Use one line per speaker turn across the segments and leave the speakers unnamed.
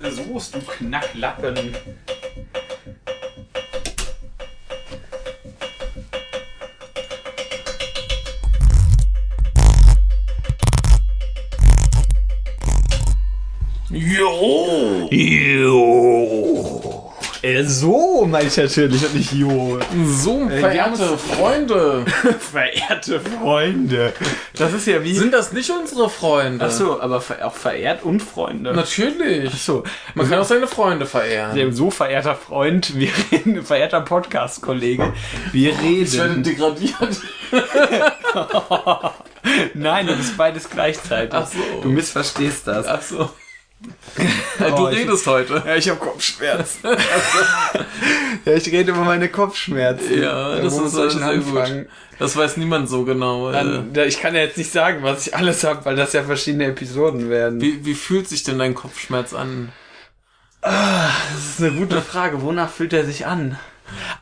los, du Knacklappen.
Jo!
Jo. Äh, so meine ich natürlich und nicht Jo.
So, verehrte Freunde.
Verehrte Freunde. Das ist ja wie.
Sind das nicht unsere Freunde?
Achso, aber ver auch verehrt und Freunde.
Natürlich.
Achso,
Man kann auch seine Freunde verehren.
Ja, so verehrter Freund, wir reden, verehrter Podcast-Kollege, wir
Ich werde
reden.
degradiert.
Nein, du bist beides gleichzeitig.
Ach so.
Du missverstehst das.
Ach so. Äh, Du
Oh, ich-
redest heute.
Ja, ich habe Kopfschmerz. ja, ich rede über meine Kopfschmerzen.
Ja,
Äh,
das
wo
ist
soll
äh,
ich
sehr
anfangen?
gut. Das weiß niemand so genau. äh.
Dann, da- ich kann ja jetzt nicht sagen, was ich alles habe, weil das ja verschiedene Episoden werden.
Wie, wie fühlt sich denn dein Kopfschmerz an?
Das ist eine gute Frage. Wonach fühlt er sich an?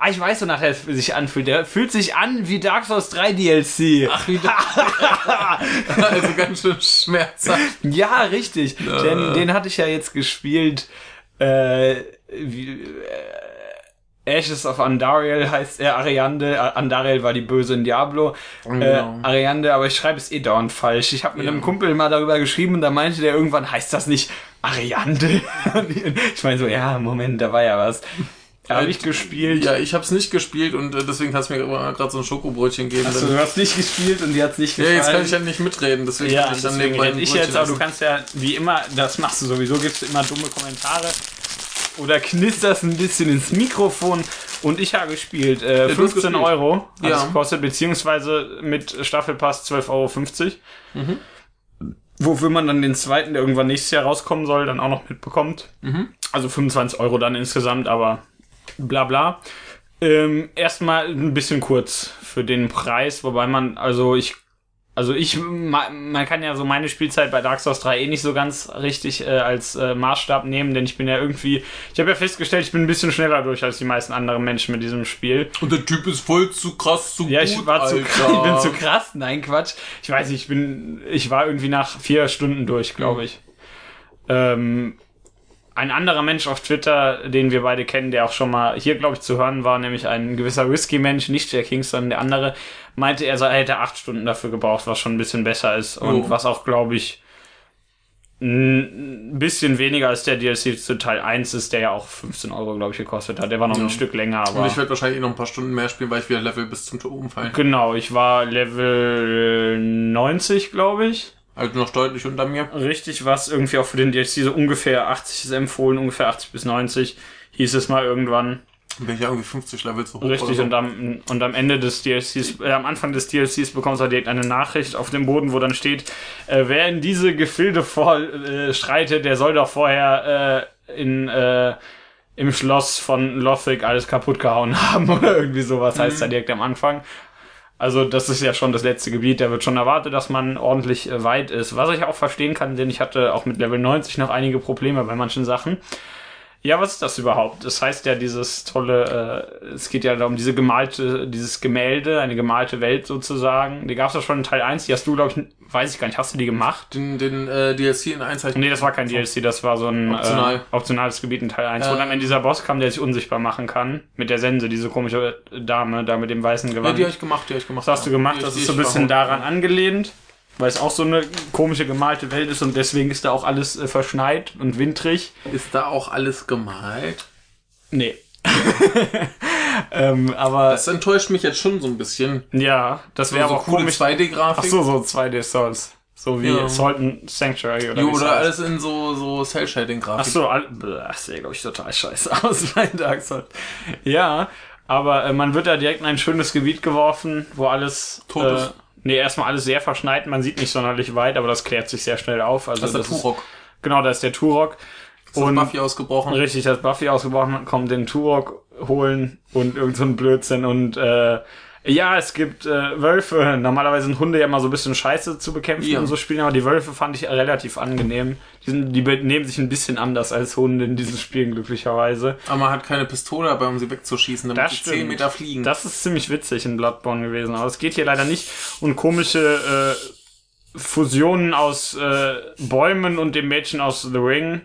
Ah, ich weiß, wonach er sich anfühlt. Er fühlt sich an wie Dark Souls 3 DLC.
Ach, wieder. also ganz schön schmerzhaft.
Ja, richtig.
Äh.
Denn den hatte ich ja jetzt gespielt. Äh, wie, äh, Ashes of Andariel heißt er, Ariande. A- Andariel war die Böse in Diablo.
Genau.
Äh, Ariande, aber ich schreibe es eh dauernd falsch. Ich habe mit einem Kumpel mal darüber geschrieben und da meinte der irgendwann, heißt das nicht Ariande? ich meine so, ja, Moment, da war ja was. Da habe ich gespielt.
Äh, Ja, ich hab's nicht gespielt und äh, deswegen kannst du mir gerade so ein Schokobrötchen geben.
Achso,
Dann-
Also, du hast nicht gespielt und dir hat's nicht
ja,
gefallen.
jetzt kann ich ja nicht mitreden, deswegen
Ja,
kann ich dann
deswegen
nebenbei
rede
ein
ich
Brötchen
jetzt, aber du
essen.
kannst ja, wie immer, das machst du sowieso, gibst du immer dumme Kommentare oder knisterst ein bisschen ins Mikrofon und ich habe gespielt, äh,
hast
15
gespielt.
Euro hat
Ja.
es gekostet, beziehungsweise mit Staffelpass 12,50 Euro. Wofür man dann den zweiten, der irgendwann nächstes Jahr rauskommen soll, dann auch noch mitbekommt. Also 25 Euro dann insgesamt, aber bla bla. Ähm, erstmal ein bisschen kurz für den Preis, wobei man, also ich, also ich, ma- man kann ja so meine Spielzeit bei Dark Souls 3 eh nicht so ganz richtig äh, als äh, Maßstab nehmen, denn ich bin ja irgendwie, ich habe ja festgestellt, ich bin ein bisschen schneller durch als die meisten anderen Menschen mit diesem Spiel.
Und der Typ ist voll zu krass, zu
Ja,
gut,
ich war zu,
Alter.
ich bin zu krass. Nein, Quatsch. Ich weiß nicht, ich bin, ich war irgendwie nach vier Stunden durch,
Hm.
glaube ich. Ähm, ein anderer Mensch auf Twitter, den wir beide kennen, der auch schon mal hier, glaube ich, zu hören war, nämlich ein gewisser Whisky-Mensch, nicht der King, sondern der andere, meinte, er, sei- er hätte acht Stunden dafür gebraucht, was schon ein bisschen besser ist und
Oh.
was auch, glaube ich, ein bisschen weniger als der DLC zu Teil 1 ist, der ja auch 15 Euro, glaube ich, gekostet hat. Der war noch ein Stück länger, aber.
Und ich werde wahrscheinlich eh noch ein paar Stunden mehr spielen, weil ich wieder Level bis zum Tod umfallen.
Genau, ich war Level 90, glaube ich.
Also noch deutlich unter mir.
Richtig, was irgendwie auch für den DLC so ungefähr 80 ist empfohlen, ungefähr 80 bis 90 hieß es mal irgendwann.
Bin ich ja irgendwie 50 Level zu hoch.
Richtig,
oder
und am, und am Ende des DLCs, äh, am Anfang des DLCs bekommst du halt direkt eine Nachricht auf dem Boden, wo dann steht, äh, wer in diese Gefilde vorschreitet, der soll doch vorher äh, in, äh, im Schloss von Lothric alles kaputt gehauen haben oder irgendwie sowas heißt da direkt am Anfang. Also das ist ja schon das letzte Gebiet, da wird schon erwartet, dass man ordentlich äh, weit ist. Was ich auch verstehen kann, denn ich hatte auch mit Level 90 noch einige Probleme bei manchen Sachen. Ja, was ist das überhaupt? Das heißt ja dieses tolle, äh, es geht ja darum, diese gemalte, dieses Gemälde, eine gemalte Welt sozusagen. Die gab's ja schon in Teil 1, die hast du, glaube ich, n- weiß ich gar nicht, hast du die gemacht?
Den, den äh, DLC in Einzeichen.
Nee, das war kein DLC, das war so ein
Optional.
Äh, optionales Gebiet in Teil 1, wo
Ähm.
dann wenn dieser Boss kam, der sich unsichtbar machen kann, mit der Sense, diese komische Dame da mit dem weißen
Ja,
Gewand.
die habe ich gemacht, die habe ich gemacht.
das hast du gemacht, das ist so ein bisschen daran angelehnt, weil es auch so eine komische gemalte Welt ist und deswegen ist da auch alles äh, verschneit und windrig.
Ist da auch alles gemalt?
Nee. ähm, aber
Das enttäuscht mich jetzt schon so ein bisschen.
ja, das wäre
so
aber auch
coole
komisch.
2D-Grafik.
Ach so, so 2D Souls. So wie
Ja.
Salt and Sanctuary oder
Jo,
wie es
oder
heißt.
alles in so, so Cell-Shading-Grafik.
Ach so, all, Bäh, das sieht, glaube ich, total scheiße aus bei Dark Souls. Ja, aber äh, man wird da direkt in ein schönes Gebiet geworfen, wo alles...
Tot
äh,
ist.
Nee, erstmal alles sehr verschneit, man sieht nicht sonderlich weit, aber das klärt sich sehr schnell auf. Also
Das ist der
ist-
Turok.
Genau, da ist der Turok.
Das ist Buffy ausgebrochen.
Richtig, dass Buffy ausgebrochen hat, kommt den Turok holen und irgend so ein Blödsinn und äh, ja, es gibt äh, Wölfe. Normalerweise sind Hunde ja immer so ein bisschen scheiße zu bekämpfen
Ja.
in so Spielen, aber die Wölfe fand ich relativ angenehm. Die, sind, die benehmen sich ein bisschen anders als Hunde in diesen Spielen, glücklicherweise.
Aber man hat keine Pistole dabei, um sie wegzuschießen, damit
Das
die
stimmt.
10 Meter fliegen.
Das ist ziemlich witzig in Bloodborne gewesen, aber es geht hier leider nicht. Und komische äh, Fusionen aus äh, Bäumen und dem Mädchen aus The Ring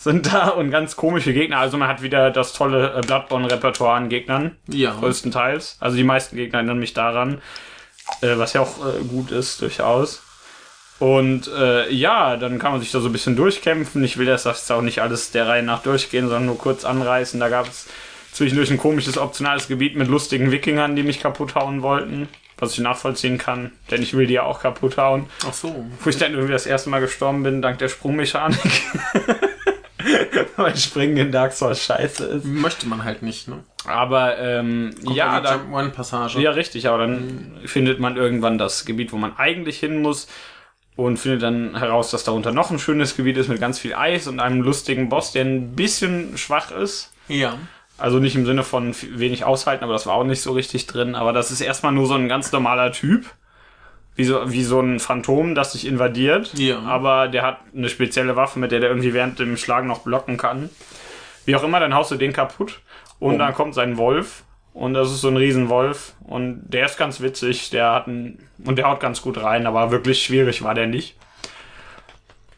sind da und ganz komische Gegner. Also man hat wieder das tolle äh, Bloodborne-Repertoire an Gegnern,
Ja.
größtenteils. Also die meisten Gegner erinnern mich daran, äh, was ja auch äh, gut ist durchaus. Und äh, ja, dann kann man sich da so ein bisschen durchkämpfen. Ich will das jetzt auch nicht alles der Reihe nach durchgehen, sondern nur kurz anreißen. Da gab es zwischendurch ein komisches optionales Gebiet mit lustigen Wikingern, die mich kaputt hauen wollten. Was ich nachvollziehen kann, denn ich will die ja auch kaputt hauen.
Ach so.
Wo ich dann irgendwie das erste Mal gestorben bin, dank der Sprungmechanik. Weil Springen in Dark Souls scheiße ist.
Möchte man halt nicht, ne?
Aber ähm, ja, da,
Jump One Passage.
ja, richtig, aber dann findet man irgendwann das Gebiet, wo man eigentlich hin muss und findet dann heraus, dass darunter noch ein schönes Gebiet ist mit ganz viel Eis und einem lustigen Boss, der ein bisschen schwach ist.
ja.
Also nicht im Sinne von f- wenig aushalten, aber das war auch nicht so richtig drin. Aber das ist erstmal nur so ein ganz normaler Typ. Wie so, wie so ein Phantom, das dich invadiert.
Ja.
Aber der hat eine spezielle Waffe, mit der der irgendwie während dem Schlagen noch blocken kann. Wie auch immer, dann haust du den kaputt. Und dann kommt sein Wolf. Und das ist so ein Riesenwolf. Und der ist ganz witzig. Der hat einen, und der haut ganz gut rein, aber wirklich schwierig war der nicht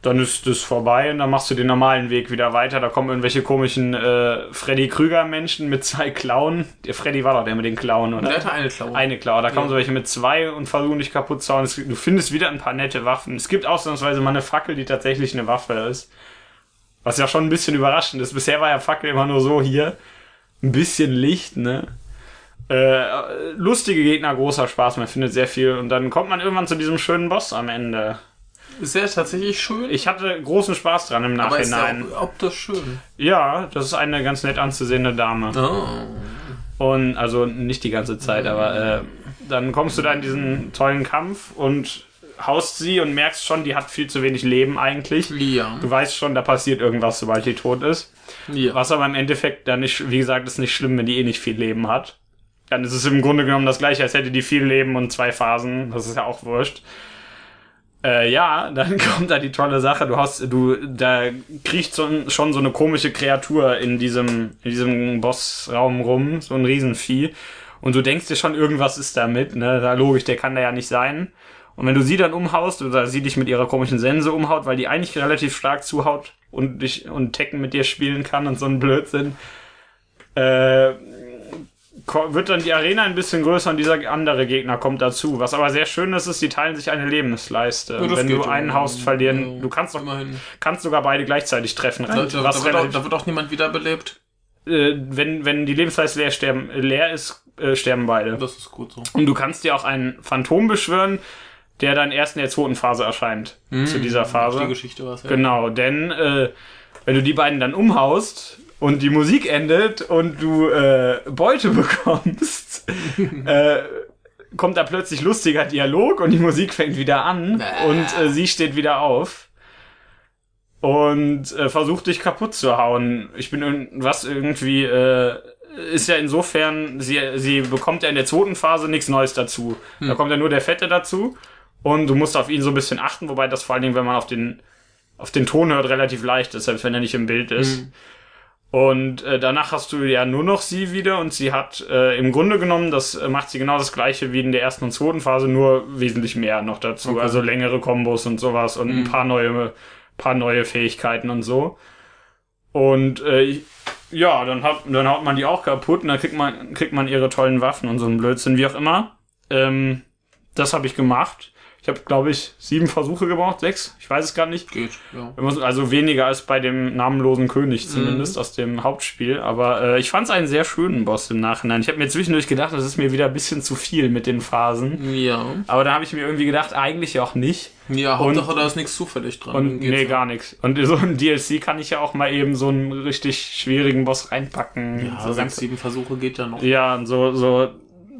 dann ist das vorbei und dann machst du den normalen Weg wieder weiter. Da kommen irgendwelche komischen äh, Freddy Krüger-Menschen mit zwei Klauen. Der Freddy war doch der mit den Klauen,
Der
oder?
hatte eine Klaue.
Eine Klaue. Da kommen so welche mit zwei und versuchen dich kaputt zu hauen. Es, du findest wieder ein paar nette Waffen. Es gibt ausnahmsweise mal eine Fackel, die tatsächlich eine Waffe ist. Was ja schon ein bisschen überraschend ist. Bisher war ja Fackel immer nur so hier. Ein bisschen Licht, ne? Äh, lustige Gegner, großer Spaß. Man findet sehr viel. Und dann kommt man irgendwann zu diesem schönen Boss am Ende.
Ist der tatsächlich schön?
Ich hatte großen Spaß dran im
aber ist
Nachhinein.
der auch optisch schön.
Ja, das ist eine ganz nett anzusehende Dame.
Oh.
Und also nicht die ganze Zeit, aber äh, dann kommst du da in diesen tollen Kampf und haust sie und merkst schon, die hat viel zu wenig Leben eigentlich.
Ja.
Du weißt schon, da passiert irgendwas, sobald die tot ist.
ja.
Was aber im Endeffekt dann nicht, wie gesagt, ist nicht schlimm, wenn die eh nicht viel Leben hat. Dann ist es im Grunde genommen das gleiche, als hätte die viel Leben und zwei Phasen. Das ist ja auch wurscht. Äh, ja, dann kommt da die tolle Sache. Du hast, du, da kriecht so, ein- schon so eine komische Kreatur in diesem, in diesem Bossraum rum, so ein Riesenvieh. Und du denkst dir schon, irgendwas ist damit, ne? Da logisch, der kann da ja nicht sein. Und wenn du sie dann umhaust oder sie dich mit ihrer komischen Sense umhaut, weil die eigentlich relativ stark zuhaut und dich und Tekken mit dir spielen kann und so ein Blödsinn, äh, ko- wird dann die Arena ein bisschen größer und dieser andere Gegner kommt dazu. Was aber sehr schön ist, ist, die teilen sich eine Lebensleiste.
Ja, das
wenn du
geht ja.
einen haust, verlieren,
Ja,
du kannst doch,
immerhin.
kannst sogar beide gleichzeitig treffen.
Da,
Rein,
da,
was
da, wird auch,
relativ,
da wird auch niemand wiederbelebt.
äh, wenn, wenn die Lebensleiste leer, sterben, leer ist, äh, sterben beide.
Das ist gut so.
Und du kannst dir auch einen Phantom beschwören, der dann erst in der zweiten Phase erscheint. zu dieser
Die
Phase.
Geschichte war es ja.
Genau, denn äh, wenn du die beiden dann umhaust und die Musik endet und du äh, Beute bekommst, äh, kommt da plötzlich lustiger Dialog und die Musik fängt wieder an und äh, sie steht wieder auf und äh, versucht dich kaputt zu hauen. Ich bin irgendwas irgendwie äh, ist ja insofern sie sie bekommt ja in der zweiten Phase nichts Neues dazu. Da kommt ja nur der Fette dazu und du musst auf ihn so ein bisschen achten, wobei das vor allen Dingen, wenn man auf den auf den Ton hört, relativ leicht ist, selbst wenn er nicht im Bild ist. Und äh, danach hast du ja nur noch sie wieder und sie hat äh, im Grunde genommen, das äh, macht sie genau das gleiche wie in der ersten und zweiten Phase, nur wesentlich mehr noch dazu. Also längere Kombos und sowas und ein paar neue, paar neue Fähigkeiten und so. Und äh, ich- ja, dann, hat, dann haut man die auch kaputt und dann kriegt man, kriegt man ihre tollen Waffen und so einen Blödsinn, wie auch immer. Ähm, das habe ich gemacht. Ich habe, glaube ich, sieben Versuche gebraucht, sechs, ich weiß es gar nicht.
Geht, ja.
Wenn man- Also weniger als bei dem namenlosen König
Mhm.
zumindest aus dem Hauptspiel. Aber äh, ich fand es einen sehr schönen Boss im Nachhinein. Ich habe mir zwischendurch gedacht, das ist mir wieder ein bisschen zu viel mit den
Mhm.
Phasen.
Ja.
Aber da habe ich mir irgendwie gedacht, eigentlich auch nicht.
Ja, Hauptsache da ist nichts zufällig dran.
Und
Geht's
nee,
ja.
gar nichts. Und in so einem DLC kann ich ja auch mal eben so einen richtig schwierigen Boss reinpacken.
Ja,
so
so sechs,
ganz,
sieben Versuche geht ja noch.
ja und so, so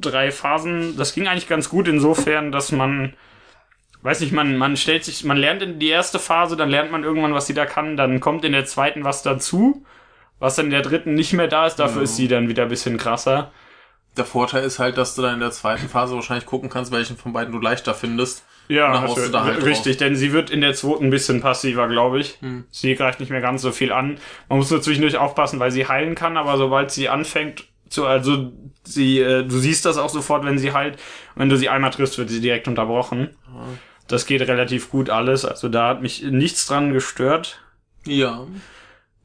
drei Phasen. Das ging eigentlich ganz gut insofern, dass man, weiß nicht, man, man stellt sich, man lernt in die erste Phase, dann lernt man irgendwann, was sie da kann, dann kommt in der zweiten was dazu, was dann in der dritten nicht mehr da ist, dafür
Ja.
ist sie dann wieder ein bisschen krasser.
Der Vorteil ist halt, dass du dann in der zweiten Phase wahrscheinlich gucken kannst, welchen von beiden du leichter findest.
Ja,
Dann haust
also,
du da halt
richtig, denn sie wird in der zweiten ein bisschen passiver, glaube ich. Sie greift nicht mehr ganz so viel an. Man muss nur zwischendurch aufpassen, weil sie heilen kann, aber sobald sie anfängt zu, also sie, äh, du siehst das auch sofort, wenn sie heilt. Wenn du sie einmal triffst, wird sie direkt unterbrochen. Das geht relativ gut alles. Also da hat mich nichts dran gestört.
Ja.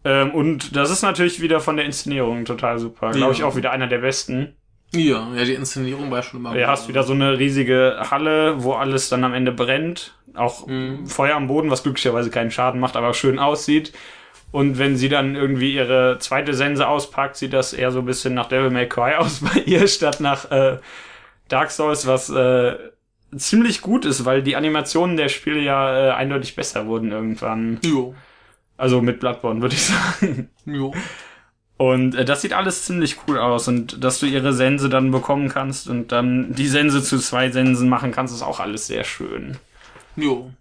Ähm, und das ist natürlich wieder von der Inszenierung total super. Glaube ich auch wieder einer der besten.
Ja, ja, die Inszenierung war schon immer
Du hast wieder so eine riesige Halle, wo alles dann am Ende brennt. Auch
Mhm.
Feuer am Boden, was glücklicherweise keinen Schaden macht, aber schön aussieht. Und wenn sie dann irgendwie ihre zweite Sense auspackt, sieht das eher so ein bisschen nach Devil May Cry aus bei ihr, statt nach äh, Dark Souls, was äh, ziemlich gut ist, weil die Animationen der Spiele ja äh, eindeutig besser wurden irgendwann.
Jo,
Also mit Bloodborne, würde ich sagen.
jo.
Und äh, das sieht alles ziemlich cool aus und dass du ihre Sense dann bekommen kannst und dann die Sense zu zwei Sensen machen kannst, ist auch alles sehr schön.
Jo.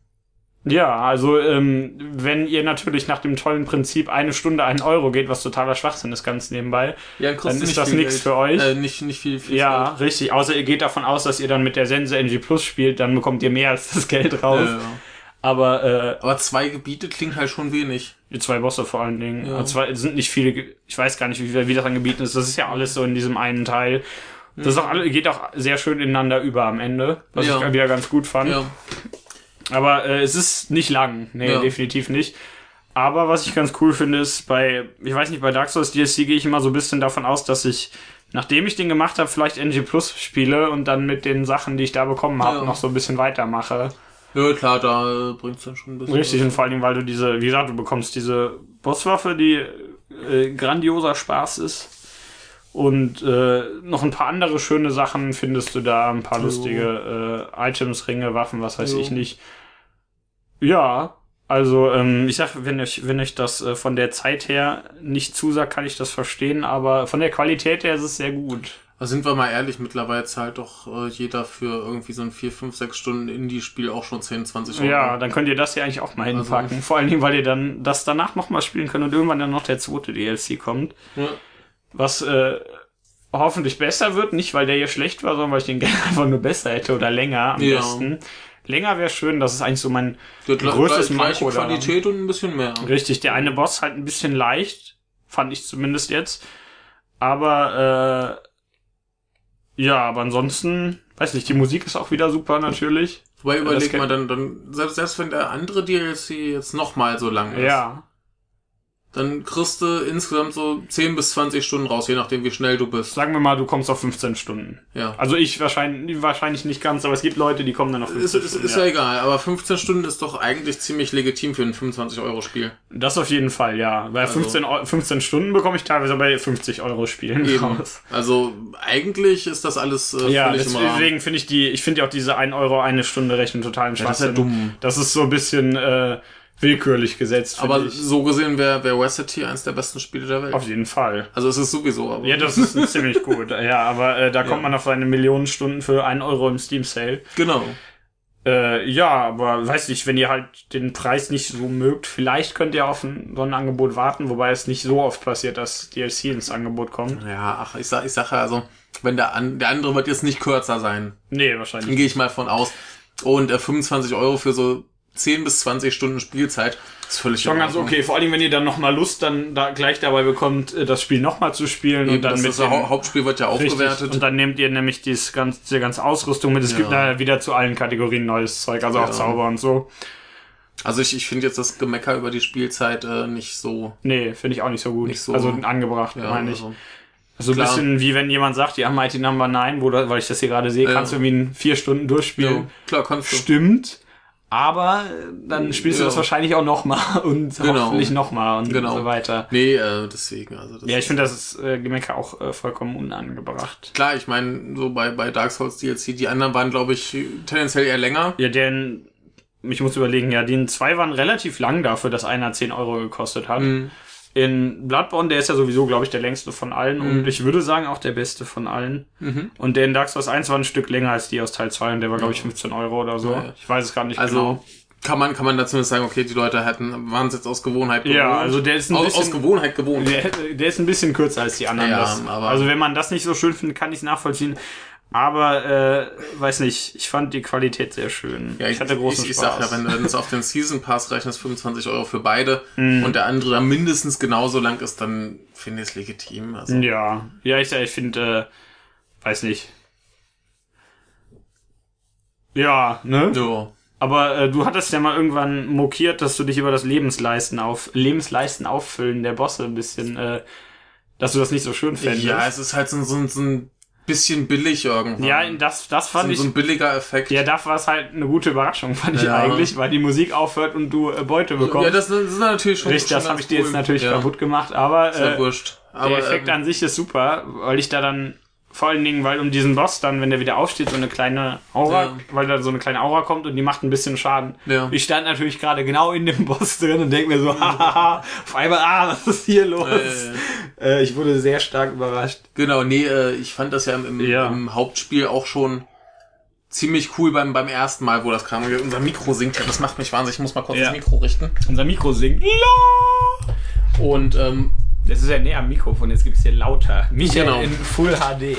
Ja, also ähm, wenn ihr natürlich nach dem tollen Prinzip eine Stunde einen Euro geht, was totaler Schwachsinn ist ganz nebenbei,
Ja, kostet
dann ist
nicht
das
viel
nichts
Geld.
für euch.
Äh, nicht, nicht viel, viel
ja, richtig. Außer ihr geht davon aus, dass ihr dann mit der Sense NG Plus spielt, dann bekommt ihr mehr als das Geld raus.
Geld. Ja.
Aber äh,
Aber zwei Gebiete klingt halt schon wenig.
Die zwei Bosse vor allen Dingen.
Ja.
Aber Zwei es sind nicht viele. ge- Ich weiß gar nicht, wie, viel- wie das an Gebieten ist. Das ist ja alles so in diesem einen Teil. Das ist auch, alle- geht auch sehr schön ineinander über am Ende, was
Ja.
ich wieder ganz gut fand.
Ja.
Aber äh, es ist nicht lang. Nee,
Ja.
definitiv nicht. Aber was ich ganz cool finde, ist bei, ich weiß nicht, bei Dark Souls DLC gehe ich immer so ein bisschen davon aus, dass ich, nachdem ich den gemacht habe, vielleicht NG Plus spiele und dann mit den Sachen, die ich da bekommen habe,
Ja.
noch so ein bisschen weitermache.
ja, klar, da äh, bringt's dann schon ein bisschen.
Richtig, und vor allem, weil du diese, wie gesagt, du bekommst diese Bosswaffe, die äh, grandioser Spaß ist. Und äh, noch ein paar andere schöne Sachen findest du da, ein paar
Jo.
lustige äh, Items, Ringe, Waffen, was weiß
Jo.
ich nicht. Ja, also ähm, ich sag, wenn euch, wenn euch das äh, von der Zeit her nicht zusagt, kann ich das verstehen, aber von der Qualität her ist es sehr gut.
Also sind wir mal ehrlich, mittlerweile zahlt doch äh, jeder für irgendwie so ein 4, 5, 6 Stunden Indie-Spiel auch schon 10, 20 Euro.
Ja, dann könnt ihr das hier eigentlich auch
Also.
mal hinpacken. Vor allen Dingen, weil ihr dann das danach nochmal spielen könnt und irgendwann dann noch der zweite DLC kommt.
Ja.
was äh, hoffentlich besser wird, nicht weil der hier schlecht war, sondern weil ich den gerne einfach nur besser hätte oder länger am
Ja.
besten. Länger wäre schön, das ist eigentlich so mein
Der gl
größtes
gleiche
Manko daran.
Qualität und ein bisschen mehr.
richtig, der eine Boss halt ein bisschen leicht, fand ich zumindest jetzt. Aber äh, ja, aber ansonsten, weiß nicht, die Musik ist auch wieder super natürlich.
Wobei überlegt
kann-
man dann, dann selbst, selbst wenn der andere DLC jetzt nochmal so lang ist,
Ja.
dann kriegst du insgesamt so 10 bis 20 Stunden raus, je nachdem wie schnell du bist.
Sagen wir mal, du kommst auf 15 Stunden.
Ja.
Also ich wahrscheinlich, wahrscheinlich nicht ganz, aber es gibt Leute, die kommen dann auf 15
Ist, ist,
Stunden.
ist ja. egal, aber 15 Stunden ist doch eigentlich ziemlich legitim für ein 25-Euro-Spiel.
Das auf jeden Fall, ja. Bei
Also-
15, Eu- 15 Stunden bekomme ich teilweise bei 50 Euro Spielen
Eben.
raus.
Also eigentlich ist das alles äh,
Ja,
völlig im Rahmen.
deswegen finde ich die, ich finde ja auch diese 1 Euro eine Stunde Rechnung totalen
das ist
Schwachsinn.
ja dumm.
Das ist so ein bisschen äh, willkürlich gesetzt, finde
Aber
ich.
so gesehen wäre wär West City eins der besten Spiele der Welt.
Auf jeden Fall.
Also es ist sowieso, aber
Ja, das ist ziemlich gut. Ja, aber äh, da kommt
Ja.
man auf seine Millionen Stunden für 1 Euro im Steam Sale.
genau.
Äh, ja, aber weiß nicht, wenn ihr halt den Preis nicht so mögt, vielleicht könnt ihr auf ein, so ein Angebot warten, wobei es nicht so oft passiert, dass DLC ins Angebot kommt.
Ja, ach, ich sag, ich sag ja, also, wenn der, an, der andere wird jetzt nicht kürzer sein,
Nee, wahrscheinlich
dann gehe ich mal von aus. Und äh, 25 Euro für so 10 bis 20 Stunden Spielzeit ist völlig
Schon
in
ganz
Ordnung.
also okay. Vor allem, wenn ihr dann nochmal Lust dann da gleich dabei bekommt, äh, das Spiel nochmal zu spielen
Eben,
und dann
das
mit
ist, das
dem,
Hau- Hauptspiel wird ja
richtig,
aufgewertet.
und dann nehmt ihr nämlich dieses ganz, diese ganze Ausrüstung mit. Es gibt da wieder zu allen Kategorien neues Zeug, also auch
Ja.
Zauber und so.
Also ich, ich finde jetzt das Gemecker über die Spielzeit äh, nicht so.
Nee, finde ich auch nicht so gut.
Nicht so-
also angebracht,
Ja,
meine ich.
also,
so ein
klar.
bisschen wie wenn jemand sagt, ja, Mighty Number 9, wo, du- weil ich das hier gerade sehe,
Ja.
kannst du irgendwie in vier Stunden durchspielen.
ja, klar, kannst du.
Stimmt. Aber äh, dann spielst du
Hm, Ja.
das wahrscheinlich auch nochmal und
Genau.
hoffentlich nochmal und
Genau.
so weiter.
Nee, äh, deswegen. Also das
Ja, ich finde, das ist äh, Gemecker auch äh, vollkommen unangebracht.
Klar, ich meine, so bei, bei Dark Souls DLC, die anderen waren, glaube ich, tendenziell eher länger.
Ja, den, ich muss überlegen, ja, den zwei waren relativ lang dafür, dass einer 10 Euro gekostet hat.
Mhm.
In Bloodborne, der ist ja sowieso, glaube ich, der längste von allen
Mhm.
und ich würde sagen auch der beste von allen. Und der in Dark Souls 1 war ein Stück länger als die aus Teil 2 und der war, glaube ich, 15 Euro oder so.
Ja.
Ich weiß es gerade nicht
Also
genau.
kann man kann man da zumindest sagen, okay, die Leute hatten waren es jetzt aus Gewohnheit gewohnt.
Ja, also der ist ein
aus,
bisschen...
aus Gewohnheit gewohnt.
Der, genau. der ist ein bisschen kürzer als die anderen.
Ja,
das,
aber-
also wenn man das nicht so schön findet, kann ich es nachvollziehen. Aber äh, weiß nicht, ich fand die Qualität sehr schön.
Ja,
ich hatte großen
ich, ich
Spaß.
sag ja, wenn du es auf den Season Pass rechnest, 25 Euro für beide
Mhm.
und der andere dann mindestens genauso lang ist, dann finde ich es legitim. Also,
ja, ja, ich, sag, ich finde, äh, weiß nicht. Ja, ne?
ja.
Aber äh, du hattest ja mal irgendwann mokiert, dass du dich über das Lebensleisten auf Lebensleisten auffüllen der Bosse ein bisschen, äh, dass du das nicht so schön fändest.
Ja, es ist halt so, ein- so, ein- so ein bisschen billig irgendwann.
ja das, das fand
so,
ich.
so ein billiger Effekt.
ja, da war es halt eine gute Überraschung, fand ich
Ja.
eigentlich, weil die Musik aufhört und du äh, Beute bekommst.
ja das ist natürlich schon
Richtig,
schon
das habe
ganz
ich dir
cool.
jetzt natürlich
ja.
kaputt gemacht, aber
Ist ja
äh,
wurscht. Aber,
der Effekt
ähm,
an sich ist super, weil ich da dann vor allen Dingen, weil um diesen Boss dann, wenn der wieder aufsteht, so eine kleine Aura,
Ja.
weil da so eine kleine Aura kommt und die macht ein bisschen Schaden.
Ja.
Ich stand natürlich gerade genau in dem Boss drin und denke mir so, hahaha, auf einmal, ah, was ist hier los? Äh, ich wurde sehr stark überrascht.
Genau, nee, äh, ich fand das ja im, im,
Ja.
im Hauptspiel auch schon ziemlich cool beim, beim ersten Mal, wo das kam. Unser Mikro singt ja, das macht mich wahnsinnig. Ich muss mal kurz
Ja.
das Mikro richten.
Unser Mikro singt.
Und ähm,
Das ist ja näher am Mikrofon, jetzt gibt es hier lauter. Michael
Genau.
in Full HD.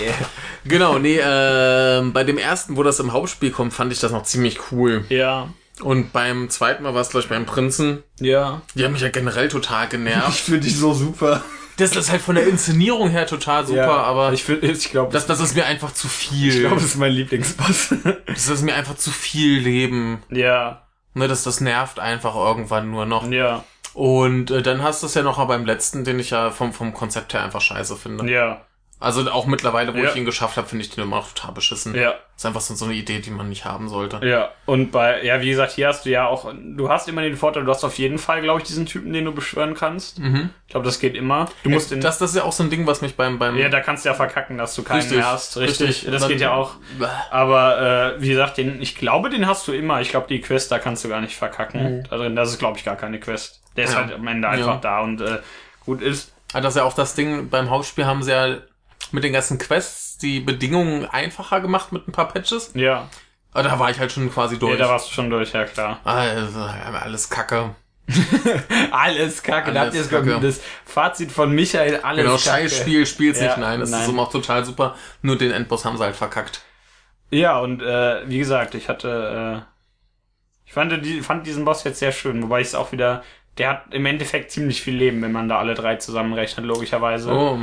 genau, nee, ähm, bei dem ersten, wo das im Hauptspiel kommt, fand ich das noch ziemlich cool.
Ja,
Und beim zweiten Mal war es, glaube ich, beim Prinzen.
ja.
Die haben mich ja generell total genervt.
finde dich so super.
das ist halt von der Inszenierung her total super,
ja,
aber
aber ich, find- ich glaube,
das, das ist mir einfach zu viel.
Ich glaube, es ist mein Lieblingsboss.
das ist mir einfach zu viel Leben.
ja,
Ne, das, das nervt einfach irgendwann nur noch.
ja,
Und äh, dann hast du es ja noch mal beim letzten, den ich ja vom, vom Konzept her einfach scheiße finde.
ja,
Also auch mittlerweile, wo
Ja.
ich ihn geschafft habe, finde ich den immer noch total beschissen.
ja,
Ist einfach so so eine Idee, die man nicht haben sollte.
ja. Und bei, ja, wie gesagt, hier hast du ja auch, du hast immer den Vorteil, du hast auf jeden Fall, glaube ich, diesen Typen, den du beschwören kannst. Ich glaube, das geht immer. Du musst den,
das, das ist Mhm. ja auch so ein Ding, was mich beim... beim
ja, da kannst du ja verkacken, dass du keinen
Richtig,
mehr hast. Richtig,
richtig.
das
Dann-
geht ja auch.
Bäh.
Aber, äh, wie gesagt, den, ich glaube, den hast du immer. Ich glaube, die Quest, da kannst du gar nicht verkacken. Da drin, das ist, glaube ich, gar keine Quest. Der ist
Ja.
halt am Ende einfach da und, äh, gut ist.
Aber Ah, das ist ja auch das Ding, beim Hauptspiel haben sie ja mit den ganzen Quests die Bedingungen einfacher gemacht mit ein paar Patches.
Ja,
Aber da war ich halt schon quasi
ja
durch.
da warst du schon durch, ja klar.
also, alles kacke.
Alles kacke. da
Alles
habt ihr jetzt glaub ich,
Kacke.
das Fazit von Michael, alles
Genau,
kacke.
scheiß Spiel, spiel's
Ja,
nicht. Nein, das ist
nein.
immer auch total super. Nur den Endboss haben sie halt verkackt.
Ja, und äh, wie gesagt, ich hatte... Äh, ich fand, die, fand diesen Boss jetzt sehr schön, wobei ich es auch wieder... Der hat im Endeffekt ziemlich viel Leben, wenn man da alle drei zusammenrechnet, logischerweise.
Oh,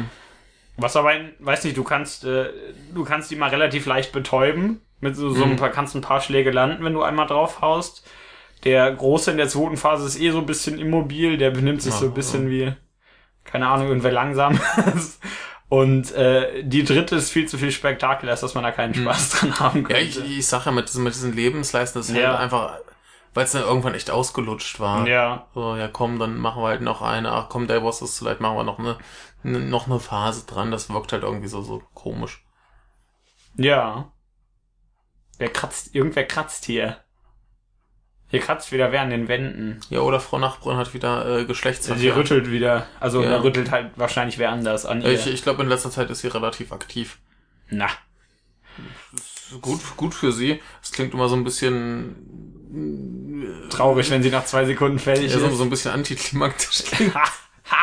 Was aber, in- weiß nicht, du kannst, äh, du kannst die mal relativ leicht betäuben. Mit so,
Mhm.
so ein paar, kannst ein paar Schläge landen, wenn du einmal draufhaust. Der Große in der zweiten Phase ist eh so ein bisschen immobil, der benimmt sich so ein bisschen wie, keine Ahnung, irgendwer langsam ist. Und äh, die dritte ist viel zu viel Spektakel, als dass man da keinen Spaß dran haben
Mhm. Ja,
könnte.
ich, ich sag ja, mit diesen, mit diesen Lebensleisten, das ist
Ja.
halt einfach, weil es dann irgendwann echt ausgelutscht war.
ja,
So, ja komm, dann machen wir halt noch eine. Ach komm, der Boss ist zu leicht, machen wir noch eine, ne, noch eine Phase dran. Das wirkt halt irgendwie so, so komisch.
ja. Wer kratzt, irgendwer kratzt hier. Hier kratzt wieder wer an den Wänden.
Ja, oder Frau Nachbrunn hat wieder äh,
Sie
Geschlechtsverkehr.
rüttelt wieder. Also
Ja.
da rüttelt halt wahrscheinlich wer anders an ihr.
ich ich glaube, in letzter Zeit ist sie relativ aktiv.
Na.
Gut, gut für sie. Das klingt immer so ein bisschen,
Traurig, wenn sie nach zwei Sekunden fertig
ja, so,
ist.
so ein bisschen antiklimaktisch.
Ha,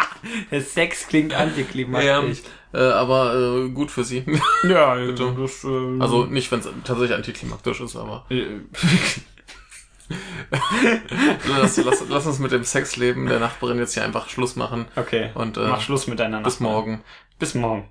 ha, das Sex klingt antiklimaktisch.
äh, aber äh, gut für sie.
Ja, das, äh,
also nicht, wenn es tatsächlich antiklimaktisch ist, aber
äh,
lass, lass, lass uns mit dem Sexleben der Nachbarin jetzt hier einfach Schluss machen.
okay.
Und, äh,
Mach Schluss miteinander.
Bis morgen.
Bis morgen.